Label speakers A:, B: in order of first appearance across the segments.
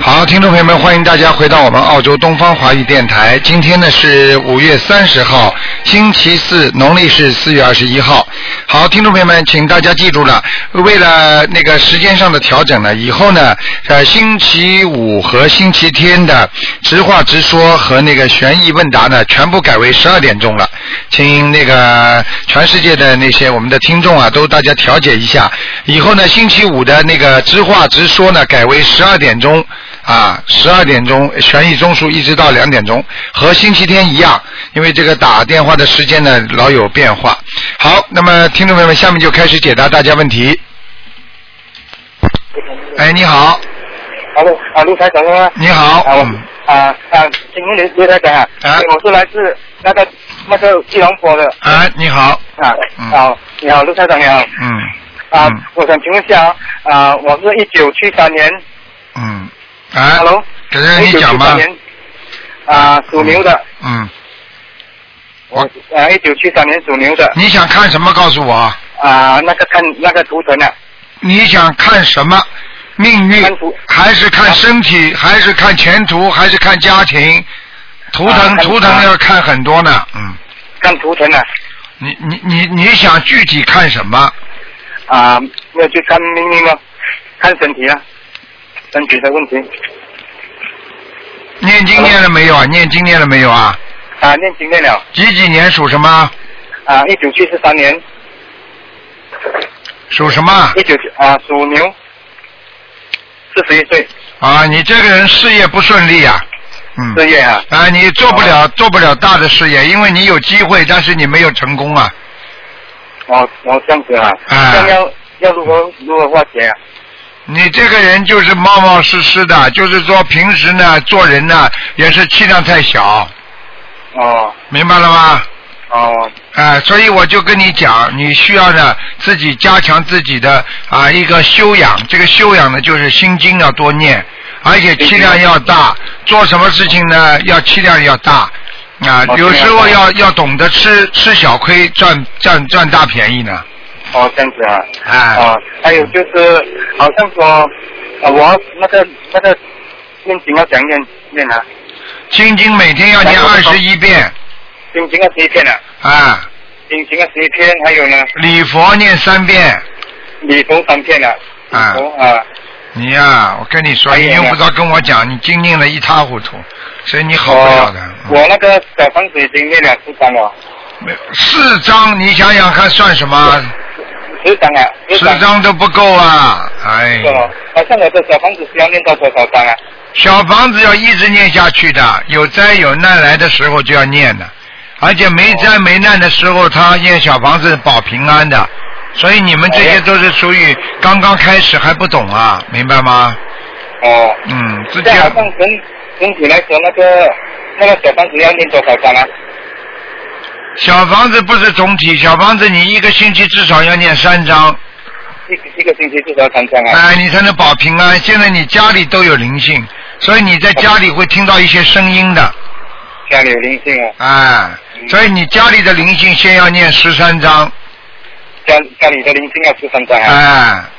A: 好，听众朋友们，欢迎大家回到我们澳洲东方华语电台。今天呢是五月三十号，星期四，农历是四月二十一号。好，听众朋友们，请大家记住了，为了那个时间上的调整呢，以后呢，呃，星期五和星期天的直话直说和那个悬疑问答呢，全部改为十二点钟了。请那个全世界的那些我们的听众啊，都大家调解一下。以后呢，星期五的那个直话直说呢，改为十二点钟。啊，十二点钟悬疑综述一直到两点钟，和星期天一样，因为这个打电话的时间呢老有变化。好，那么听众朋友们，下面就开始解答大家问题。哎，你好，
B: 啊，陆啊，陆台长是吗？
A: 你好，
B: 啊，我
A: 嗯
B: 啊啊，请问刘刘台长啊，
A: 啊
B: 对我是来自那个那个吉隆坡的
A: 哎，你好，
B: 啊，
A: 嗯
B: 啊，你好，陆台长你好，
A: 嗯，
B: 啊
A: 嗯，
B: 我想请问一下啊啊，我是一九七三年
A: 嗯，哎，
B: ，Hello，
A: 可是你
B: 一九
A: 讲
B: 七
A: 吧
B: 三，年，啊，属牛的，
A: 嗯，
B: 我啊，一九七三年属牛的，
A: 你想看什么？告诉我，
B: 啊，那个看那个图腾啊，
A: 你想看什么？命运
B: 看图
A: 还是看身体，还是看前途，还是看家庭？图腾
B: 啊看
A: 图腾要看很多呢，嗯。
B: 看图腾啊，
A: 你你你你想具体看什么？
B: 啊，没有去看命运哦，看身体啊，身体的问题，
A: 念经念了没有啊？念经念了没有啊？
B: 啊，念经念了。
A: 几几年属什么？
B: 啊，一九七三年，
A: 属什么
B: 一九啊属牛，四十一岁，
A: 啊？你这个人事业不顺利啊，嗯
B: 四月啊，
A: 啊，你做不了做不了大的事业，因为你有机会，但是你没有成功啊。
B: 哦哦这样子啊，
A: 啊
B: 这样要要如何如何化解啊？
A: 你这个人就是冒冒失失的，就是说平时呢做人呢也是气量太小，
B: 哦
A: 明白了吗？
B: 哦
A: 啊，所以我就跟你讲，你需要呢自己加强自己的啊一个修养，这个修养呢就是心经要多念，而且气量要大，做什么事情呢要气量要大啊
B: 哦，
A: 有时候
B: 气量
A: 要要懂得吃吃小亏，赚赚赚大便宜呢，
B: 哦这样子啊，
A: 哎、
B: 哦还有就是好像说啊我那个那个念经要怎样念念啊？
A: 心经每天要念二十一遍
B: 心经要十一篇啊，
A: 啊，
B: 心经要十一篇，还有呢
A: 礼佛念三遍，
B: 礼佛三片啊，
A: 嗯啊
B: 礼佛啊
A: 你呀、我跟你说，
B: 哎呀
A: 你用不着跟我讲，你经历了一塌糊涂，所以你好不了的。嗯
B: 我我那个小房子已经念了四张了。
A: 没有四张，你想想看算什么？
B: 十张啊，
A: 十
B: 张
A: 张都不够啊！哎
B: 是，哦，好像我的小房子需要念到多少张啊？
A: 小房子要一直念下去的，有灾有难来的时候就要念的，而且没灾没难的时候，他念小房子保平安的。所以你们这些都是属于刚刚开始还不懂啊，明白吗？
B: 哦，
A: 嗯，自
B: 这
A: 己
B: 样好像整整体来说，那个那个小房子要念多少张啊？
A: 小房子不是总体，小房子你一个星期至少要念三张，
B: 一个一个星期至少三张啊？
A: 哎，你才能保平安。现在你家里都有灵性，所以你在家里会听到一些声音的。
B: 家里有灵性哦，
A: 啊，所以你家里的灵性先要念十三章，
B: 家家里的灵性要十三张啊，
A: 啊，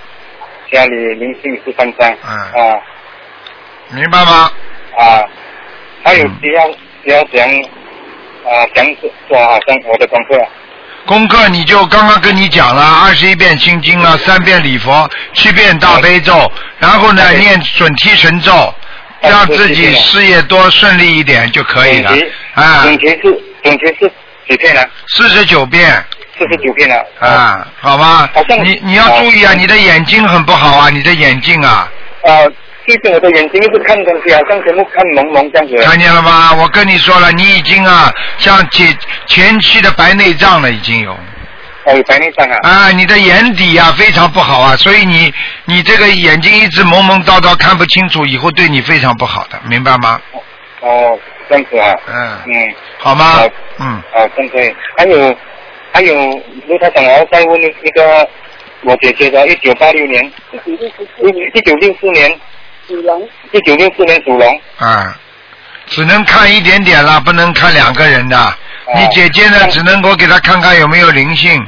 B: 家里灵性十三张。
A: 嗯
B: 啊
A: 明白吗？
B: 啊，还有
A: 嗯
B: 需要需要怎样啊？怎样做好像我的功课啊？
A: 功课你就刚刚跟你讲了，二十一遍心经了，三遍礼佛，七遍大悲咒，然后呢
B: 对
A: 念准提神咒，
B: 哎
A: 让自
B: 对对
A: 己
B: 对
A: 事业多顺利一点就可以了
B: 总结。
A: 啊，
B: 总结是总结是几片啊？
A: 四十九遍
B: 四十九片啊？
A: 啊，好吧
B: 好像？
A: 你你要注意啊，
B: 好
A: 你的眼睛很不好啊，你的眼睛啊，
B: 啊，最近我的眼睛一直看东西，好啊像全部看朦胧这样子。啊
A: 看见了吗？我跟你说了，你已经啊，像前前期的白内障了，已经有。
B: 哦，有白内障啊。
A: 啊，你的眼底啊非常不好啊，所以你你这个眼睛一直蒙蒙叨叨看不清楚，以后对你非常不好的，明白吗？
B: 哦，这样子啊。
A: 嗯，
B: 嗯，
A: 好吗
B: 好？
A: 嗯，
B: 哦，这样可以。还有，还有，卢台长，我要再问一个我姐姐的，一九八六年，一一九六四年，
C: 属龙，
B: 一九六四年属龙。
A: 啊，只能看一点点了，不能看两个人的。你姐姐呢，只能够给她看看有没有灵性，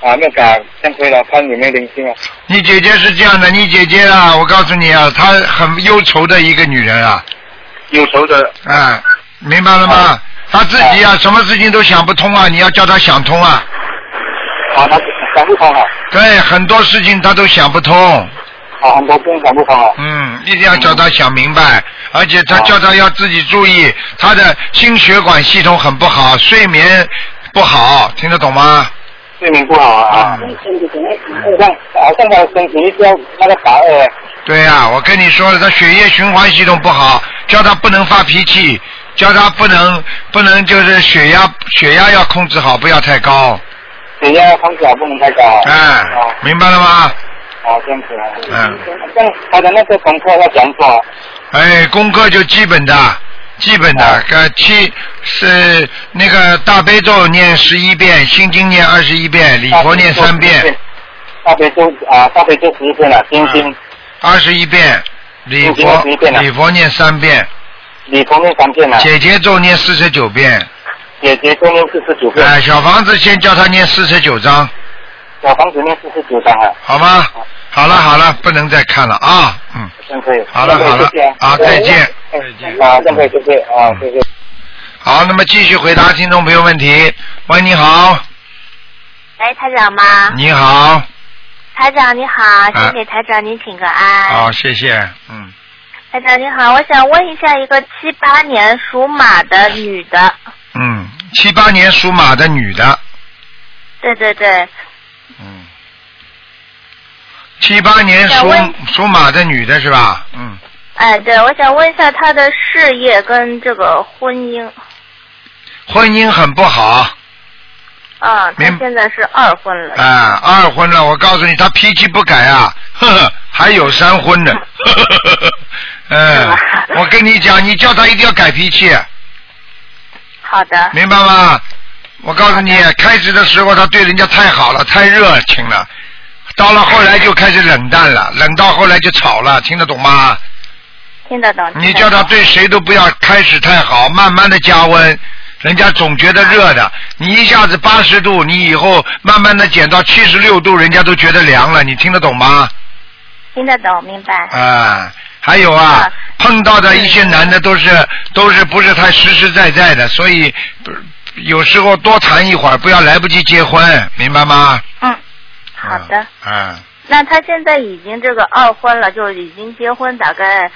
B: 啊那个先亏了，看有没有灵性啊。
A: 你姐姐是这样的，你姐姐啊，我告诉你啊，她很忧愁的一个女人啊，
B: 有仇的
A: 哎，明白了吗
B: 啊？
A: 她自己啊，什么事情都想不通啊，你要叫她想通啊。
B: 啊，他想不通啊，
A: 对，很多事情她都想不通，
B: 啊，很多病想不通啊。
A: 嗯，一定要叫她想明白，而且她叫她要自己注意，她的心血管系统很不好，睡眠不好，听得懂吗？
B: 睡眠不好啊。
A: 嗯
B: 好像好像他的身体要那个打二，
A: 对呀、我跟你说了，他血液循环系统不好，叫他不能发脾气，叫他不能不能就是血压血压要控制好，不要太高，
B: 血压控制好不能太高啊。
A: 哎、
B: 哦
A: 明白了吗？
B: 哦，这样子啊。
A: 嗯，
B: 像他的那个功课要讲做啊，
A: 哎，功课就基本的，基本的
B: 哦，
A: 呃，七是那个大悲咒念十一遍，心经念二十一遍，礼佛念三遍，。
B: 大悲咒啊，大悲咒十一遍了，心经
A: 嗯、二十一遍，礼
B: 心经念
A: 佛
B: 11遍啊
A: 礼佛念三遍，
B: 礼佛念三遍了，
A: 姐姐咒念四十九遍，
B: 姐姐咒念四十九遍，
A: 哎，小房子先叫他念四十九章。
B: 小房子念四十九章啊，
A: 好吗？好了好了，不能再看了啊，嗯，
B: 这样可以。
A: 好了
B: 这样可以谢谢
A: 好了啊再见
B: 哎
A: 再见
B: 啊，这样可以，谢谢啊，谢谢。
A: 好，那么继续回答听众朋友问题。喂，你好，
C: 哎，台长吗？
A: 你好，
C: 台长你
A: 哎
C: 好，先给台长您请个安。
A: 好，谢谢，嗯，
C: 台长你好，我想问一下一个七八年属马的女的，
A: 嗯，七八年属马的女的，
C: 对对对，
A: 嗯，七八年
C: 想
A: 属
C: 问
A: 属马的女的是吧？嗯，
C: 哎对，我想问一下她的事业跟这个婚姻，
A: 婚姻很不好
C: 啊，她
A: 明
C: 现在是二婚了，
A: 啊，二婚了，我告诉你，她脾气不改啊， 呵呵，还有三婚呢， 呵呵呵呵，
C: 是
A: 嗯
C: 吗，
A: 我跟你讲，你叫她一定要改脾气。
C: 好的，
A: 明白吗？我告诉你，开始的时候他对人家太好了，太热情了，到了后来就开始冷淡了，冷到后来就吵了，听得懂吗？
C: 听得懂。
A: 你
C: 听得
A: 叫他
C: 懂
A: 对谁都不要开始太好，慢慢的加温，人家总觉得热的，你一下子八十度，你以后慢慢的减到七十六度，人家都觉得凉了，你听得懂吗？
C: 听得懂，明白。
A: 啊，还有啊
C: 啊，
A: 碰到的一些男的都是都是不是太实实在在的，所以不有时候多谈一会儿，不要来不及结婚，明白吗？
C: 嗯，好的。
A: 嗯。
C: 那她现在已经这个二婚了，就是已经结婚大概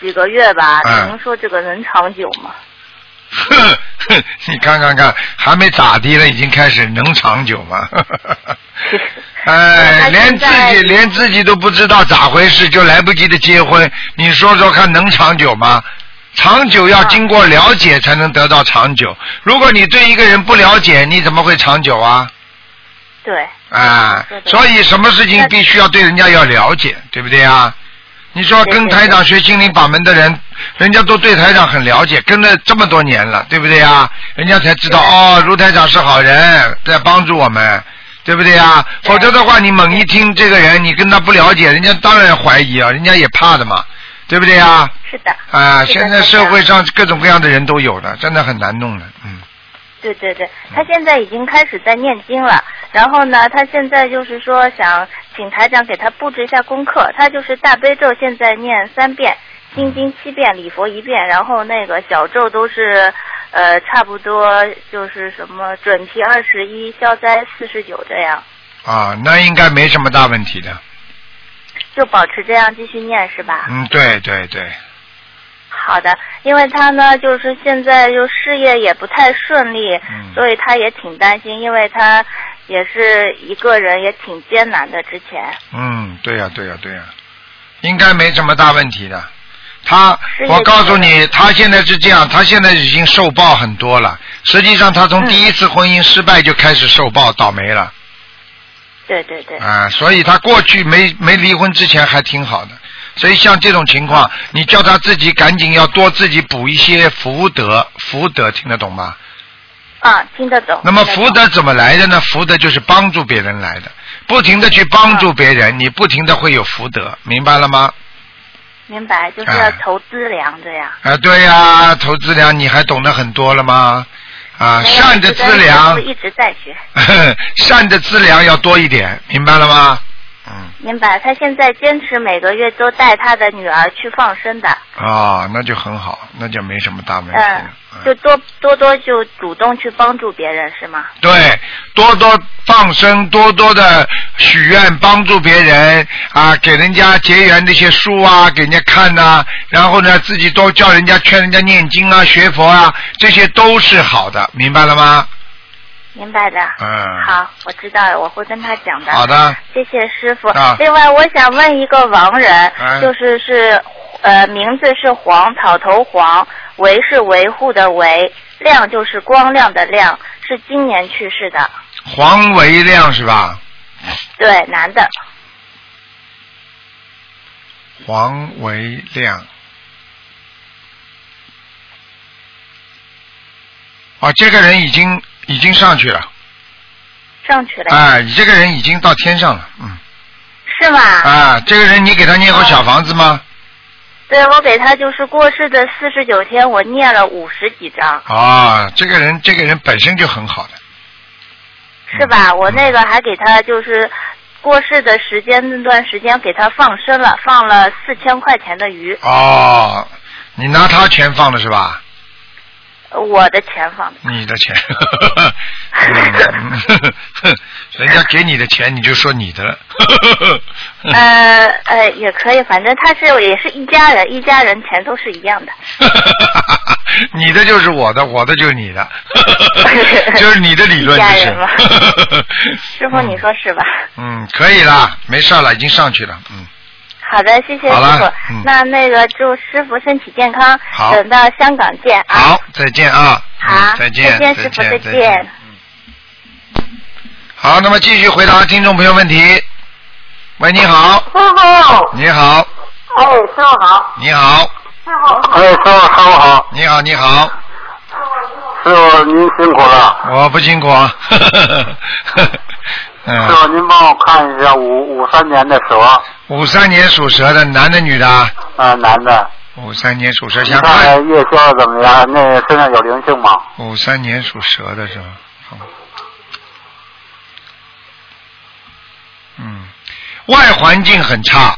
C: 几个月吧？
A: 嗯
C: 您说这个能长久吗？
A: 哼哼， 你看看看，还没咋地了，已经开始能长久吗？ 哎，
C: 他
A: 连
C: 现
A: 自
C: 在
A: 己连自己都不知道咋回事，就来不及的结婚，你说说看能长久吗？长久要
C: 啊
A: 经过了解才能得到长久。如果你对一个人不了解，你怎么会长久啊？
C: 对。
A: 啊
C: 对，对
A: 所以什么事情
C: 那
A: 必须要对人家要了解，对不对啊？你说
C: 对
A: 跟
C: 对
A: 台
C: 对
A: 长学心灵法门的人，人家都对台长很了解，跟了这么多年了，对不对啊？人家才知道哦，卢台长是好人，在帮助我们，对不对啊？
C: 对
A: 否则的话，你猛一听这个人，你跟他不了解，人家当然怀疑啊，人家也怕的嘛，对不对啊？
C: 是的。
A: 啊，
C: 是的
A: 现在
C: 台
A: 社
C: 长
A: 会上各种各样的人都有了，真的很难弄了，嗯。
C: 对对对，他现在已经开始在念经了。然后呢，他现在就是说想请台长给他布置一下功课。他就是大悲咒现在念三遍，心经七遍，礼佛一遍，然后那个小咒都是呃差不多就是什么准提二十一，消灾四十九这样，
A: 啊，那应该没什么大问题的。
C: 就保持这样继续念是吧？
A: 嗯，对对对，
C: 好的，因为他呢，就是现在就事业也不太顺利，
A: 嗯
C: 所以他也挺担心，因为他也是一个人，也挺艰难的。之前
A: 嗯，对呀、对呀、对呀、应该没什么大问题的。他
C: 是，有
A: 我告诉你，他现在是这样，他现在已经受报很多了。实际上，他从
C: 嗯
A: 第一次婚姻失败就开始受报，倒霉了
C: 对对对，
A: 啊、所以他过去没没离婚之前还挺好的。所以像这种情况，
C: 嗯
A: 你叫他自己赶紧要多自己补一些福德，福德听得懂吗？
C: 啊，听得懂。
A: 那么
C: 听
A: 福
C: 得懂
A: 德怎么来的呢？福德就是帮助别人来的，不停的去帮
C: 嗯
A: 助别人，你不停的会有福德，明白了吗？
C: 明白，就是要
A: 哎
C: 投资粮这样。
A: 啊，对呀、投资量你还懂得很多了吗？啊，
C: 没有
A: 善的
C: 就
A: 资
C: 跟
A: 粮
C: 我，一直在学，
A: 善的资粮要多一点，明白了吗？嗯，
C: 明白？他现在坚持每个月都带他的女儿去放生的，
A: 啊，那就很好，那就没什啊么大问题
C: 嗯
A: 了。，
C: 就多多多就主动去帮助别人是吗？
A: 对，多多放生，多多的许愿，帮助别人啊，给人家结缘这些书啊，给人家看呐、然后呢，自己多叫人家劝人家念经啊、学佛啊，这些都是好的，明白了吗？
C: 明白的。
A: 嗯，
C: 好，我知道了，我会跟他讲的。
A: 好的，
C: 谢谢师傅。
A: 啊
C: 另外，我想问一个亡人，
A: 嗯
C: 就是是呃，名字是黄，草头黄，维是维护的维，亮就是光亮的亮，是今年去世的，
A: 黄维亮是吧？
C: 对，男的，
A: 黄维亮。哦，这个人已经已经上去了，
C: 上去了，
A: 哎，这个人已经到天上了，嗯，
C: 是吗？
A: 啊，这个人你给他念过小房子吗？
C: 对，我给他就是过世的四十九天，我念了五十几章，
A: 啊，这个人这个人本身就很好的，
C: 是吧？
A: 嗯
C: 我那个还给他就是。过世的时间那段时间给他放生了，放了四千块钱的鱼，
A: 哦，你拿他钱放的是吧？
C: 我的钱放的。
A: 你的钱， 嗯 人家给你的钱你就说你的了，
C: 呃呃，也可以，反正他是也是一家人，一家人钱都是一样的。
A: 你的就是我的，我的就是你 的，就是你的理论就
C: 一家
A: 是
C: 人嘛。师傅，
A: 嗯
C: 你说是吧？
A: 嗯，可以啦，没事了，已经上去了，嗯，
C: 好的，谢谢师
A: 好了
C: 傅。
A: 嗯
C: 那那个祝师傅身体健康，
A: 好
C: 等到香港见啊。
A: 好，再见啊，
C: 好
A: 嗯再见，
C: 再见师傅
A: 再
C: 再
A: 见
C: 见。
A: 嗯好，那么继续回答听众朋友问题。喂，你好，
D: 师傅，
A: 你好，
D: 哎，师傅好，
A: 你好，
D: 师傅，哎，师傅，师傅好，
A: 你好，你好，
D: 师傅您辛苦了，
A: 我不辛苦啊。
D: 师
A: 嗯，
D: 傅您帮我看一下五五三年的蛇，啊、
A: 五三年属蛇的，男的女的啊？
D: 男的，
A: 五三年属蛇，
D: 你
A: 想
D: 看
A: 看？
D: 看月销怎么样？那身上有灵性吗？
A: 五三年属蛇的是吧？好嗯，外环境很差，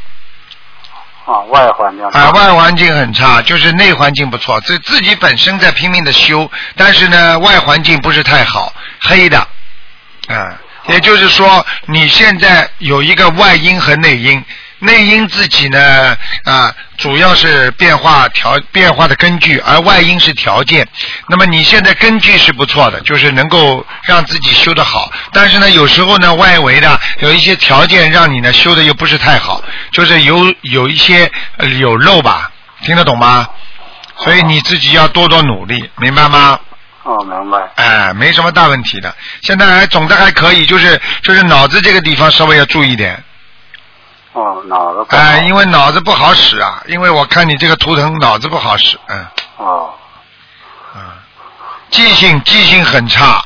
D: 啊，外环境，
A: 啊，外环境很差，就是内环境不错，自自己本身在拼命的修，但是呢，外环境不是太好，黑的，啊，也就是说，你现在有一个外因和内因，内因自己呢，啊，主要是变化条变化的根据，而外因是条件。那么你现在根据是不错的，就是能够让自己修得好，但是呢，有时候呢，外围的有一些条件让你呢修的又不是太好，就是有有一些呃有漏吧，听得懂吗？所以你自己要多多努力，明白吗？
D: 哦，明白，
A: 哎，没什么大问题的。现在还总的还可以，就是就是脑子这个地方稍微要注意点。
D: 哦，脑子不好，
A: 哎，因为脑子不好使啊，因为我看你这个图腾脑子不好使，嗯
D: 哦，
A: 嗯，记性记性很差，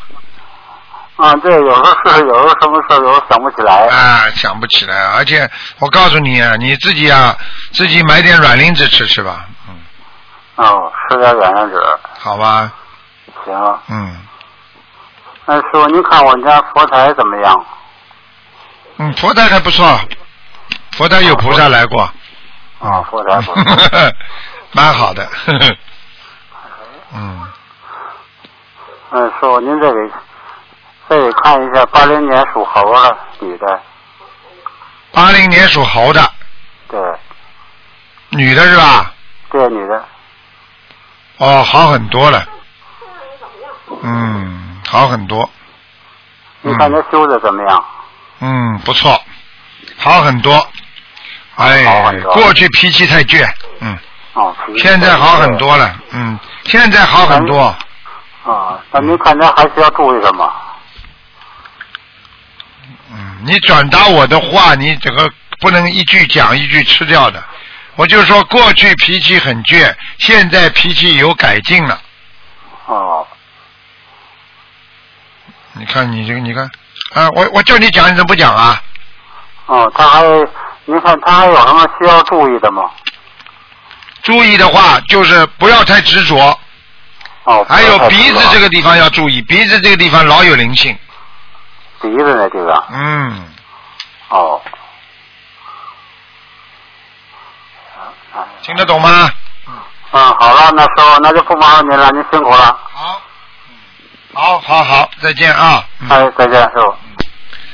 D: 啊，对，有时候是，有时候什么事儿有时候想不起来，
A: 啊，想不起来。而且我告诉你啊，你自己啊，自己买点软磷脂吃吃吧，嗯，
D: 哦，吃点软硬纸，
A: 好吧，
D: 行，
A: 嗯
D: 那师傅您看我家佛台怎么样？
A: 嗯，佛台还不错，佛台有菩萨来过，
D: 啊，佛台不错。
A: 蛮好的， 呵呵嗯。
D: 嗯，师傅，您再给再给看一下八零年属猴的女的，
A: 八零年属猴的，
D: 对，
A: 女的是吧？
D: 这女的，
A: 哦，好很多了。嗯，好很多。
D: 你看她修的怎么样？
A: 嗯，不错，好很多。
D: 好
A: 哎
D: 很，多
A: 过去脾气太倔，嗯，
D: 哦，脾气
A: 现在好很多了，嗯，现在好很多。
D: 啊。那您看她还需要注意什么？
A: 嗯，你转达我的话，你整个不能一句讲一句吃掉的。我就说过去脾气很倔，现在脾气有改进了。
D: 哦，
A: 你看你这个，你看，啊，我我叫你讲，你怎么不讲啊？
D: 哦，她还，您看她还有什么需要注意的吗？
A: 注意的话，就是不要太执着，
D: 哦，
A: 还有鼻子这
D: 个
A: 个地方要注意，鼻子这个地方老有灵性。
D: 鼻子呢，这个
A: 嗯，
D: 哦，
A: 听得懂吗？
D: 哦嗯，好了，那师傅那就不麻烦您了，您辛苦了，
A: 好，好，好，好，再见啊。嗯
D: 哎，再见，师傅。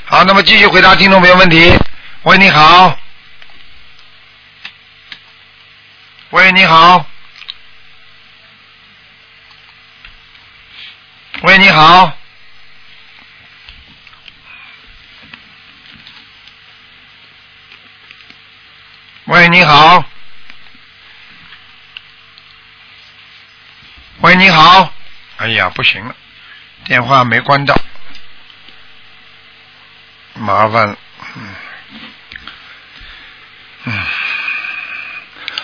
A: 好，那么继续回答听众朋友问题。喂，你好。喂，你好。喂，你好。喂，你好。喂，你好。哎呀，不行了，电话没关到。麻烦了。嗯，嗯，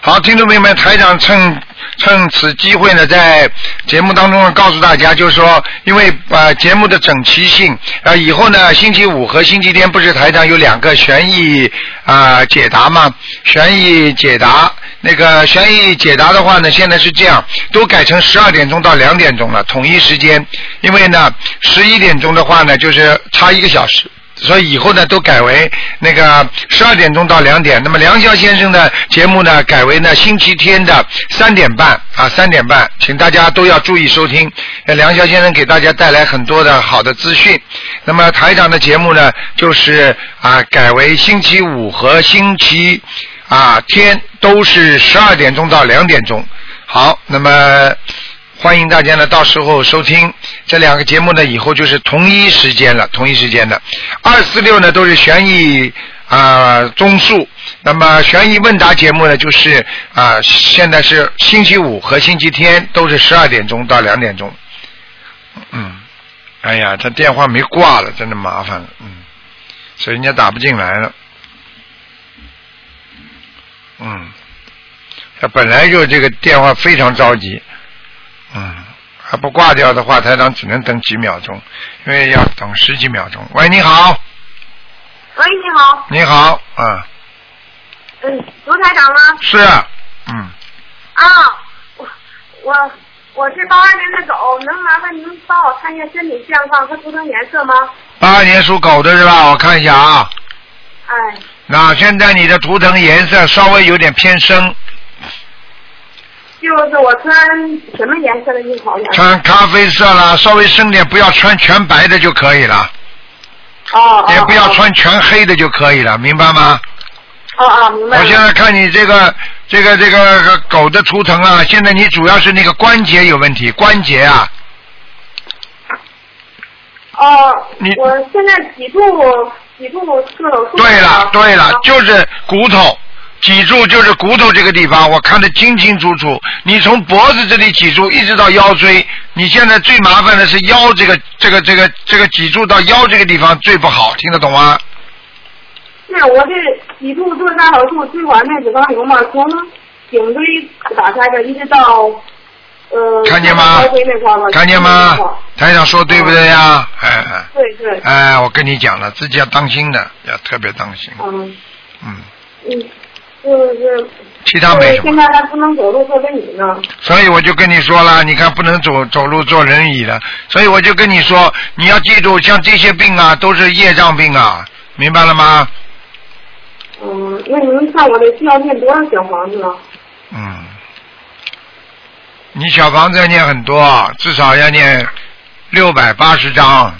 A: 好，听众朋友们，台长趁趁此机会呢，在节目当中呢，告诉大家，就是说，因为呃节目的整齐性，呃以后呢，星期五和星期天不是台长有两个悬疑啊、呃解答吗？悬疑解答。那个悬疑解答的话呢，现在是这样，都改成十二点钟到两点钟了，统一时间。因为呢，十一点钟的话呢，就是差一个小时，所以以后呢都改为那个十二点钟到两点。那么梁霄先生的节目呢改为呢星期天的三点半啊三点半，请大家都要注意收听。呃梁霄先生给大家带来很多的好的资讯。那么台长的节目呢就是啊改为星期五和星期啊天都是十二点钟到两点钟。好，那么。欢迎大家呢，到时候收听这两个节目呢，以后就是同一时间了，同一时间的二四六呢都是悬疑啊、综述，那么悬疑问答节目呢就是啊、现在是星期五和星期天都是十二点钟到两点钟，嗯，哎呀，他电话没挂了，真的麻烦了，嗯，所以人家打不进来了，嗯，他本来就这个电话非常着急。嗯，还不挂掉的话，台长只能等几秒钟，因为要等十几秒钟。喂，你好，
E: 喂，你好，
A: 你好，啊，
E: 嗯，卢台长吗？
A: 是，嗯，
E: 啊，我我我是八二年的狗，能麻烦您帮我看一下身体状况和图腾颜色吗？
A: 八二年属狗的是吧？我看一下啊，
E: 哎，
A: 那现在你的图腾颜色稍微有点偏深，
E: 就是我穿什么颜色的衣服好像？
A: 穿咖啡色啦，稍微深点，不要穿全白的就可以了，
E: 哦哦，
A: 也不要穿全黑的就可以了，明白吗？
E: 哦。哦哦，明白
A: 我
E: 了。
A: 现在看你这个这个这个狗的图腾啊，现在你主要是那个关节有问题，关节啊，
E: 哦
A: 你，
E: 我现在脊柱脊柱各啊种
A: 对 了，对了，就是骨头，脊柱就是骨头这个地方，我看得清清楚楚。你从脖子这里脊柱一直到腰椎，你现在最麻烦的是腰这个这个这个这个脊柱到腰这个地方最不好，听得懂吗？
E: 是我这脊柱做大手术椎管内子缸瘤嘛，从颈椎打开的，一直到呃，
A: 看见吗
E: 腰椎那块儿吧
A: 看见吗？台长说对不对呀、哎哎
E: 对对，
A: 哎，我跟你讲了，自己要当心的，要特别当心。
E: 嗯
A: 嗯，
E: 嗯，就是呃
A: 其他没什么
E: 现。在还不能走路坐轮椅呢。
A: 所以我就跟你说了，你看不能走走路坐轮椅的，所以我就跟你说，你要记住，像这些病啊，都是业障病啊，明白了吗？
E: 嗯，那您看我得需要念多少小房子啊？
A: 嗯，你小房子要念很多，至少要念六百八十张，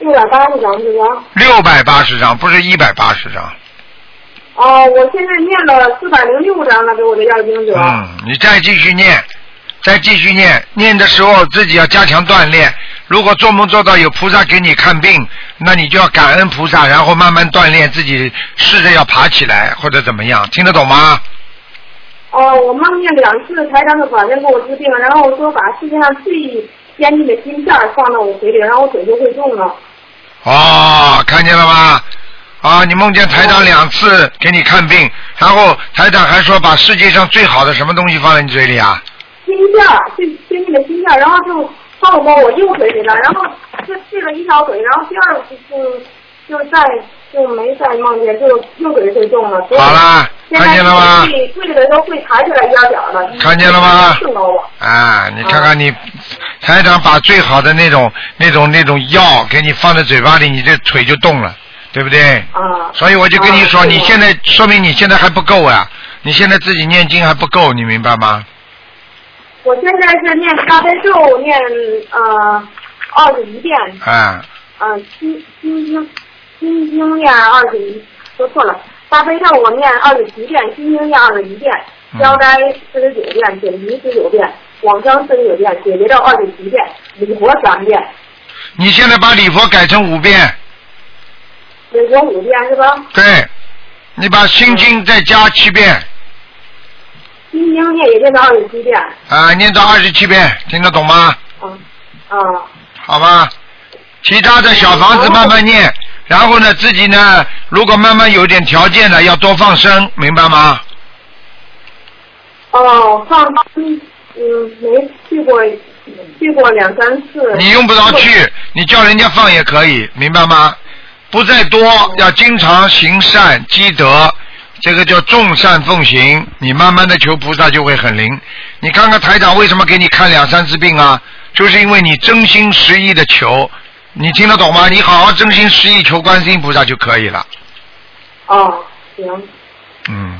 E: 六百八十张是吧？
A: 六百八十张，不是一百八十张。
E: 哦，我现在念了四百零六张了，给我的要经者。
A: 嗯，你再继续念，再继续念，念的时候自己要加强锻炼。如果做梦做到有菩萨给你看病，那你就要感恩菩萨，然后慢慢锻炼自己，试着要爬起来或者怎么样，听得懂吗？
E: 哦，我梦见两次台长的法身给我治病，然后说把世界上最先进的金片儿放到我嘴里，然后我嘴就会动了。
A: 哦，看见了吗？啊，你梦见台长两次给你看病，然后台长还说把世界上最好的什么东西放在你嘴里啊？
E: 金片儿最先进的金片儿，然后就放到我右腿里了，然后就治了一条腿，然后第二就就就再就没再梦见，就右腿会动了。所以
A: 好啦，
E: 现
A: 看
E: 在
A: 见了吗
E: 跪跪的时候会抬起来一点点儿的。
A: 看见了吗
E: 碰到我。
A: 啊，你看看你，台长把最好的那种、那种、那种药给你放在嘴巴里，你这腿就动了，对不对？
E: 啊。
A: 所以我就跟你说，
E: 啊
A: 你
E: 对
A: 现在说明你现在还不够啊，你现在自己念经还不够，你明白吗？
E: 我现在是念大悲咒，念呃二十一遍，
A: 啊，
E: 呃心心经心经念二十一，说错了，大悲咒我念二十七遍，心经念二十一遍，
A: 嗯
E: 消灾四十九遍，解离十九遍，往生四十九遍，解结咒二十七遍，礼佛三遍，
A: 你现在把礼佛改成五遍，
E: 礼佛五遍是吧？
A: 对，你把心经再加七遍，
E: 心经念也念到二十七遍，
A: 啊，念到二十七遍，听得懂吗？
E: 嗯嗯
A: 好吧，其他的小房子慢慢念，然后呢，自己呢，如果慢慢有点条件了，要多放生，明白吗？
E: 哦，放嗯没去过，去过两三次。
A: 你用不着去，你叫人家放也可以，明白吗？不在多，要经常行善积德，这个叫众善奉行。你慢慢的求菩萨就会很灵。你看看台长为什么给你看两三次病啊？就是因为你真心实意的求，你听得懂吗？你好好真心实意求观世音菩萨就可以了。
E: 哦，行，
A: 嗯，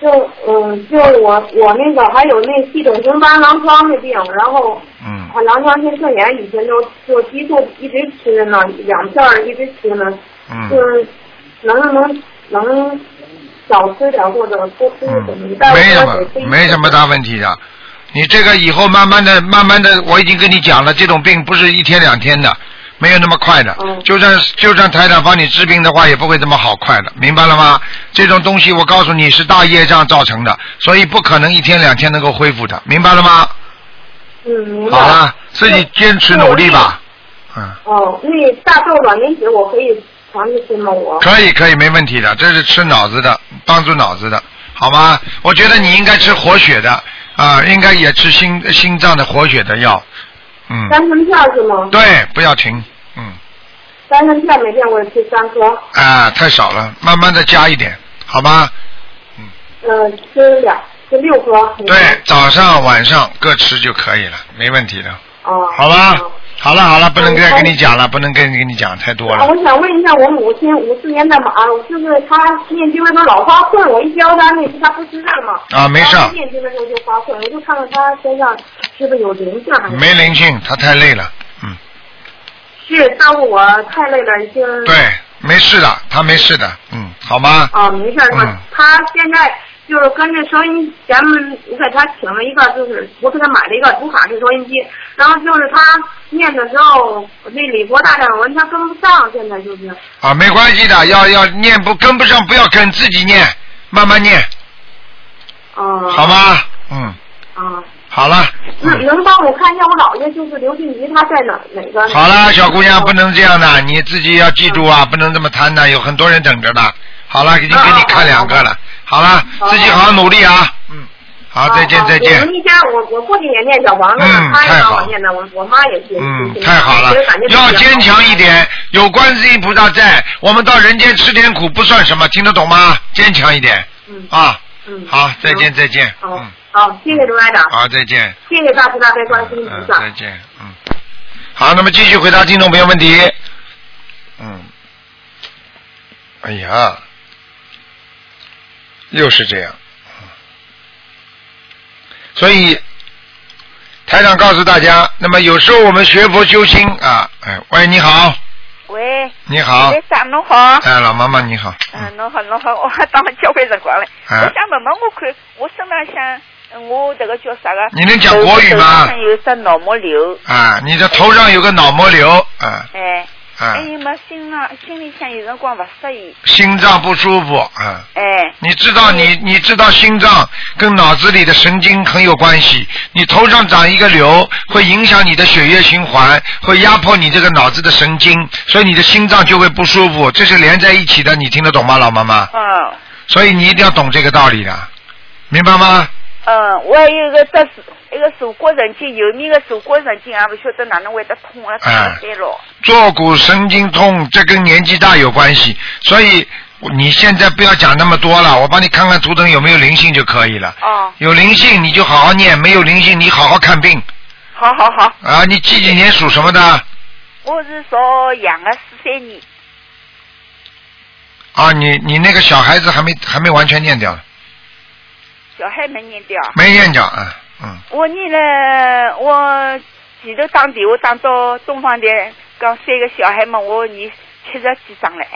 E: 就嗯，就我我那个还有那系统性斑狼疮的病，然后
A: 嗯
E: 我狼疮性肾炎以前就就激素一直吃着呢，两片儿一直吃呢，
A: 嗯
E: 就是能不能能少吃点或者多吃一点，
A: 嗯
E: 一袋，
A: 没什
E: 多水吃一
A: 么，
E: 点
A: 没什么大问题的。你这个以后慢慢的、慢慢的，我已经跟你讲了，这种病不是一天两天的，没有那么快的。
E: 嗯
A: 就算就算台长帮你治病的话，也不会这么好快的，明白了吗？这种东西我告诉你是大业障造成的，所以不可能一天两天能够恢复的，明白了吗？
E: 嗯，明白。
A: 好了，自己坚持努力吧。嗯，
E: 哦，那大豆卵磷脂我可以尝试吃吗？我
A: 可以可以，没问题的，这是吃脑子的，帮助脑子的，好吗？我觉得你应该吃活血的啊，应该也吃心心脏的活血的药，嗯，
E: 三分片儿是吗？
A: 对，不要停，嗯
E: 三分片儿每天我吃三颗，
A: 啊，太少了，慢慢的加一点，好吗？
E: 呃，吃两吃六颗。每天
A: 对，早上晚上各吃就可以了，没问题的，
E: 哦，
A: 好吧
E: 哦？
A: 好了好了，不能再跟你讲了，不能跟跟你讲太多
E: 啊
A: 了。
E: 我想问一下，我母亲五四年的马，就是她念经的时候老发困，我一教她那她不知道嘛。
A: 啊没事
E: 她念经的时候就发困，我就看看她身上是不是有灵性还是。
A: 没灵性，他太累了，嗯，
E: 是耽误我太累了，已经。
A: 对，没事的，他没事的，嗯，好吗？
E: 哦，没事儿，
A: 嗯
E: 他他现在就是跟着收音，咱们我给他请了一个，就是我给他买了一个读卡式收音机，然后就是他念的时候，那李国大展文他跟不上，现在就是
A: 啊，没关系的，要要念不跟不上，不要跟自己念，慢慢念，
E: 嗯，
A: 好吗？嗯，
E: 啊，
A: 好了，
E: 能
A: 嗯，
E: 能帮我看一下我姥爷就是刘俊吉他在哪哪个？
A: 好了，小姑娘不能这样的，你自己要记住啊，不能这么贪的，有很多人等着呢。好了，已经给你看两个了，好了，自己好好努力啊，嗯，好，再见
E: 啊
A: 再
E: 我
A: 见
E: 们，一家，我我父亲也念小房子呢
A: 嗯，
E: 他
A: 太
E: 也帮
A: 好
E: 我念的，我我妈也是。
A: 嗯，
E: 就是
A: 太好了
E: 就是感觉，比较
A: 要坚强一点，有观世音菩萨在，我们到人间吃点苦不算什么，听得懂吗？坚强一点
E: 嗯
A: 啊，
E: 嗯，
A: 好，再见再见，
E: 好
A: 嗯，
E: 好，谢谢刘班长，
A: 好，再见。
E: 谢谢大慈大悲观世音菩萨。
A: 嗯再见，嗯。好，那么继续回答听众朋友问题。嗯。哎呀，又是这样。嗯所以，台长告诉大家，那么有时候我们学佛修心啊，哎，喂，你好，
F: 喂，
A: 你好
F: 台，长侬好，
A: 哎，老妈妈你好，
F: 嗯，侬好侬好， 我当了交关辰光了。
A: 哎
F: 我想问问，我看我身浪向，嗯我这个叫啥个？
A: 你能讲国语吗
F: 头上有只脑膜瘤，
A: 啊，你的头上有个脑膜瘤，啊
F: 哎，
A: 啊
F: 还，有么心浪心里向有辰光不适宜，
A: 心脏不舒服，啊。
F: 哎，
A: 你知道你你知道心脏跟脑子里的神经很有关系，你头上长一个瘤会影响你的血液循环，会压迫你这个脑子的神经，所以你的心脏就会不舒服，这是连在一起的，你听得懂吗，老妈妈？
F: 嗯
A: 所以你一定要懂这个道理的，明白吗？
F: 嗯，我还有一个只是一个坐骨神经，右面的坐骨神经也不晓得哪能会得痛啊了，痛了
A: 哎
F: 三了。
A: 坐骨神经痛，这跟年纪大有关系，所以你现在不要讲那么多了，我帮你看看图腾有没有灵性就可以了。
F: 哦，
A: 有灵性你就好好念，没有灵性你好好看病
F: 好好好，
A: 啊！你几几年属什么的？
F: 我是属羊的四三年，
A: 啊，你你那个小孩子还没还没完全念掉，
F: 小孩没念掉。
A: 没念掉啊，嗯
F: 我念了，我前头打电话打到东方台，讲三个小孩嘛，我念七十几张了，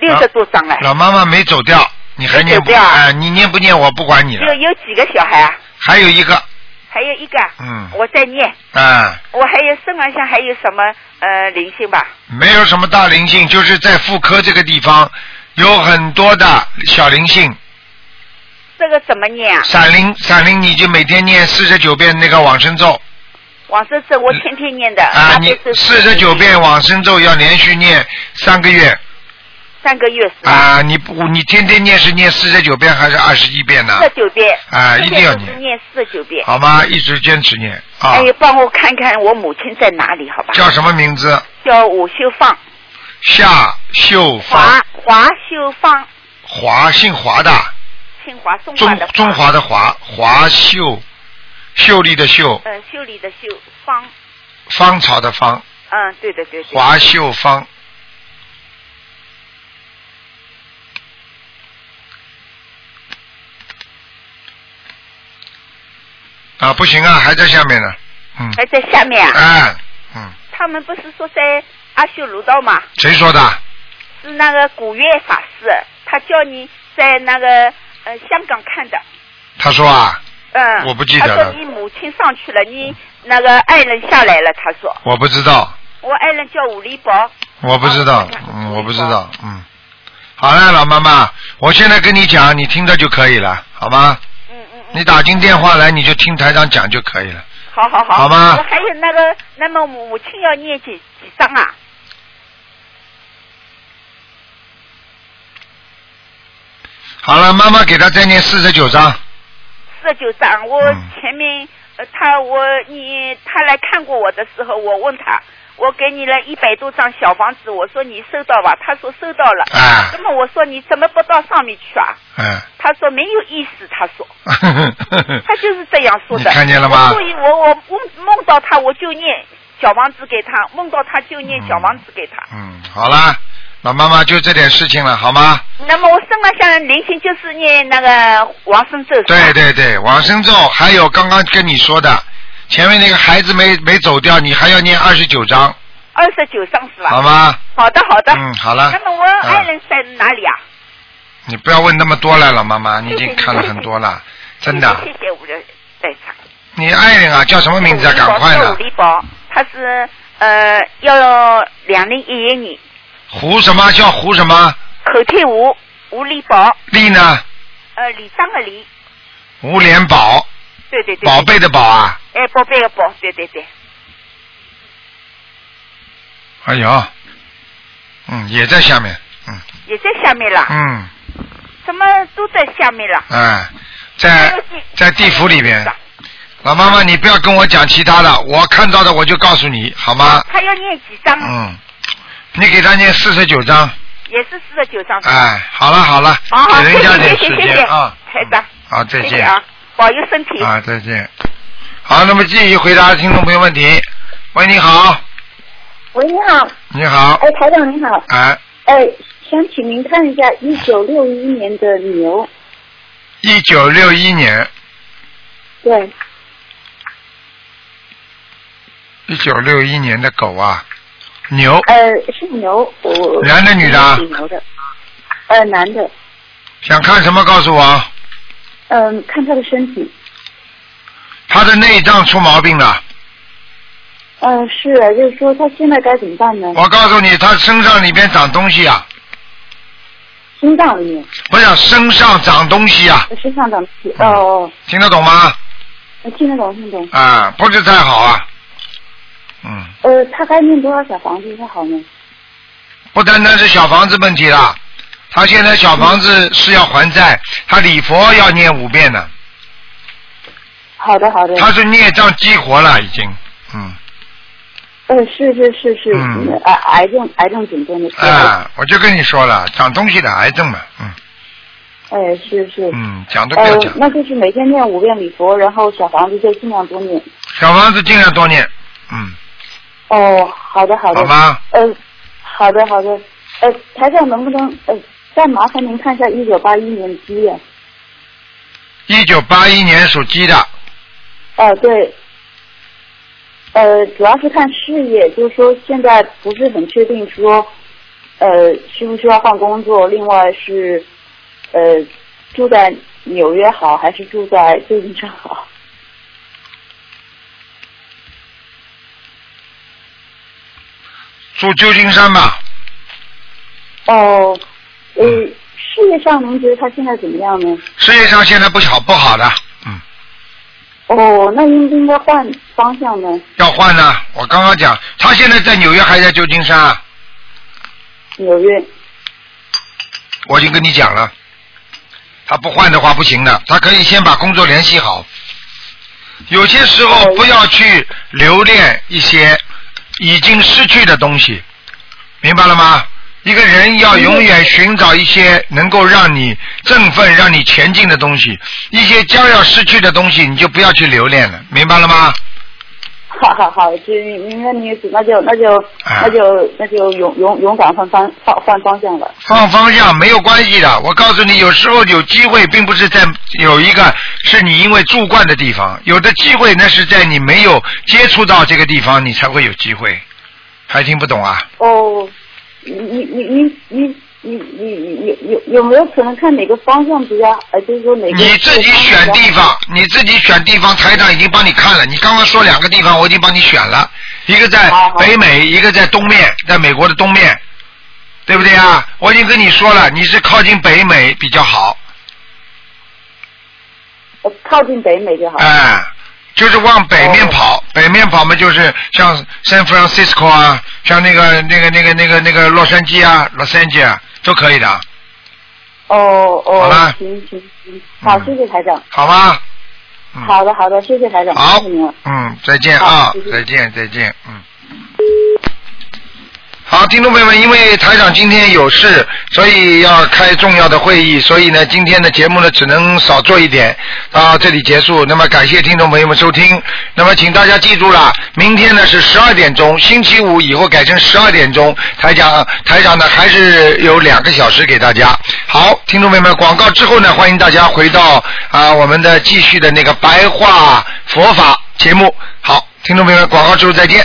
F: 六十多张了。
A: 老妈妈没走掉，你还念不？
F: 没走掉啊
A: 啊，你念不念我不管你
F: 有
A: 了。
F: 有几个小孩啊？
A: 还有一个，
F: 还有一个，
A: 嗯
F: 我在念，
A: 啊，
F: 我还有身上像还有什么呃灵性吧？
A: 没有什么大灵性，就是在妇科这个地方有很多的小灵性，
F: 这个怎么念啊？
A: 闪灵闪灵，你就每天念四十九遍那个往生咒
F: 往生咒我天天念的，
A: 啊，
F: 大
A: 你
F: 概是
A: 四十九遍往生咒要连续念三个月
F: 三个月是吧？
A: 啊，你不你天天念是念四十九遍还是二十一遍呢
F: 四？十九遍
A: 啊
F: 这
A: 一定要
F: 边都是
A: 念
F: 念四十九遍。
A: 好吗？一直坚持念啊
F: 哎。，帮我看看我母亲在哪里，好吧？
A: 叫什么名字？
F: 叫吴秀芳，
A: 夏秀芳
F: 华，华秀芳，
A: 华姓华的，
F: 清华中华
A: 中
F: 的
A: 中华的华，华秀，秀丽的秀，
F: 呃修理的修芳，
A: 芳草的芳，
F: 嗯，对的对的。
A: 华秀芳。啊，不行啊，还在下面呢，嗯，
F: 还在下面啊？
A: 哎，嗯，
F: 他们不是说在阿修罗道嘛？
A: 谁说的？
F: 是那个古月法师，他叫你在那个呃香港看的。
A: 他说啊，
F: 嗯，
A: 我不记得了
F: 他说你母亲上去了，你那个爱人下来了。他说，
A: 我不知道，
F: 我爱人叫武力宝。
A: 我不知道
F: 哦看，看
A: 嗯，我不知道，嗯。好了，老妈妈，我现在跟你讲，你听着就可以了，好吗？
F: 嗯嗯嗯。
A: 你打进电话来，你就听台长讲就可以了。
F: 好好好。
A: 好吗
F: 我还有那个，那么母亲要念几几张啊？
A: 好了，妈妈给他再念四十九章。
F: 四十九张，我
A: 嗯
F: 前面、呃他我你他来看过我的时候，我问他，我给你了一百多张小房子，我说你收到吧，他说收到了。
A: 啊
F: 那么我说你怎么不到上面去啊？
A: 嗯，
F: 他说没有意思，他说他
A: 他
F: 就是这样说的。
A: 你看见了吗
F: 所以我我梦梦到他我就念小房子给他，梦到他就念小房子给他。
A: 嗯，好啦，老妈妈就这点事情了，好吗？
F: 那么我身上像灵性就是念那个王生咒。
A: 对。对对，往生咒，还有刚刚跟你说的，前面那个孩子没没走掉，你还要念二十九章，
F: 二十九张是吧？
A: 好吗？
F: 好的好的。
A: 嗯，好了。
F: 那么我
A: 嗯
F: 爱人在哪里啊？
A: 你不要问那么多了，老妈 妈，你已经看了很多了，真的啊
F: 谢。谢谢谢我的在场。
A: 你爱人啊，叫什么名字啊？赶快
F: 叫
A: 的
F: 武，力宝，他是呃要两零一一年，
A: 胡什么叫胡什么？
F: 口天吴吴力宝，
A: 丽呢？
F: 呃李章的李，
A: 吴连 宝，
F: 对对对，
A: 宝，贝的宝啊。
F: 哎宝贝的宝，对对对，
A: 哎呦，嗯，也在下面，嗯
F: 也在下面了，
A: 嗯
F: 怎么都在下面了？
A: 哎， 在在地府里边。老妈妈，你不要跟我讲其他的，我看到的我就告诉你，好吗？
F: 他要念几张？
A: 嗯，你给他念四十九章，
F: 也是四十九张。
A: 哎，好了好了，
F: 好好，
A: 给
F: 谢
A: 人家
F: 谢
A: 点
F: 哦
A: 时
F: 谢谢谢谢
A: 间啊。
F: 台长，
A: 好，再
F: 谢谢
A: 见。
F: 啊，保佑身体。
A: 啊，再见。好，那么继续回答听众朋友问题。喂，你好，
G: 喂，你好，
A: 你好，
E: 哦
G: 哎，台长你好，
A: 哎，
G: 哎，想请您看一下一九六一年的牛，
A: 一九六一年，
G: 对，
A: 一九六一年的狗啊，牛，
E: 哦
G: 呃，是牛，我
A: 男的女的啊
G: 属牛的，呃，男的，
A: 想看什么告诉我，
G: 嗯、看他的身体，
A: 他的内脏出毛病了。
G: 嗯、是，就是说他现在该怎么办呢？
A: 我告诉你，他身上里边长东西啊，
G: 心脏里面，
A: 不是身上长东西啊，
G: 身上长气，哦，
A: 听得懂吗？
G: 哦听得懂，听得懂。
A: 啊，不是太好啊，嗯，
G: 呃，他该念多少小房子才好呢？
A: 不单单是小房子问题啦，他现在小房子是要还债，他礼佛要念五遍呢。
G: 好的，好的，
A: 他是孽障激活了，已经，嗯，
E: 嗯，是是是是，
A: 嗯
E: 癌、癌症癌症紧张的，
A: 啊，我就跟你说了，长东西的癌症嘛，嗯
E: 哎，是是，
A: 嗯，讲都不要
E: 呃
A: 讲，。
E: 那就是每天念五遍礼佛，然后小房子就尽量多念。
A: 小房子尽量多念，嗯，
E: 哦，好的好的。
A: 好吗？
E: 呃，好的好的，呃，台长能不能呃再麻烦您看一下一九八一年鸡啊呀？
A: 一九八一年属鸡的，
E: 哦，对。呃，主要是看事业，就是说现在不是很确定说，呃，需不需要换工作？另外是，呃，住在纽约好还是住在旧金山 好？
A: 住旧金山吧，
E: 哦，呃，
A: 嗯
E: 事业上您觉得他现在怎么样呢？
A: 事业上现在不好不好的，嗯，
E: 哦，那应不应该换方向呢？
A: 要换呢。我刚刚讲，他现在在纽约还在旧金山啊，
E: 纽约，
A: 我已经跟你讲了，他不换的话不行的，他可以先把工作联系好。有些时候不要去留恋一些已经失去的东西，明白了吗？一个人要永远寻找一些能够让你振奋、让你前进的东西，一些将要失去的东西，你就不要去留恋了，明白了吗？
E: 好好好，就是您的意思，那就那就
A: 啊
E: 那就那就勇勇勇敢换方换换方向了。
A: 放方向没有关系的。我告诉你，有时候有机会，并不是在有一个是你因为住惯的地方，有的机会那是在你没有接触到这个地方，你才会有机会。还听不懂啊？
E: 哦，你你你你你你你有有有没有可能看哪个方向比较？呃，就是说哪个
A: 你自己选地方，你自己选地方，台长已经帮你看了。你刚刚说两个地方，我已经帮你选了，一个在
E: 好好
A: 北美，一个在东面，在美国的东面，对不对啊？我已经跟你说了，你是靠近北美比较好。
E: 呃靠近北美就好。
A: 哎，就是往北面跑，
E: 哦
A: 北面跑嘛，就是像 San Francisco 啊，像那个那个那个那个那个洛杉矶啊，Los Angeles 啊都可以的，
E: 哦
A: 好
E: 哦
A: 了，
E: 行行行，好，
A: 嗯
E: 谢谢台长。
A: 好吗？嗯、
E: 好的好的，谢谢台长，
A: 好
E: 谢哦谢您了。，
A: 嗯，再见啊
E: 好谢，谢
A: 再见，再见，嗯。好，听众朋友们，因为台长今天有事，所以要开重要的会议，所以呢，今天的节目呢只能少做一点，到这里结束。那么感谢听众朋友们收听，那么请大家记住了，明天呢是十二点钟，星期五以后改成十二点钟，台长台长呢还是有两个小时给大家。好，听众朋友们，广告之后呢，欢迎大家回到啊、我们的继续的那个白话佛法节目。好，听众朋友们，广告之后再见。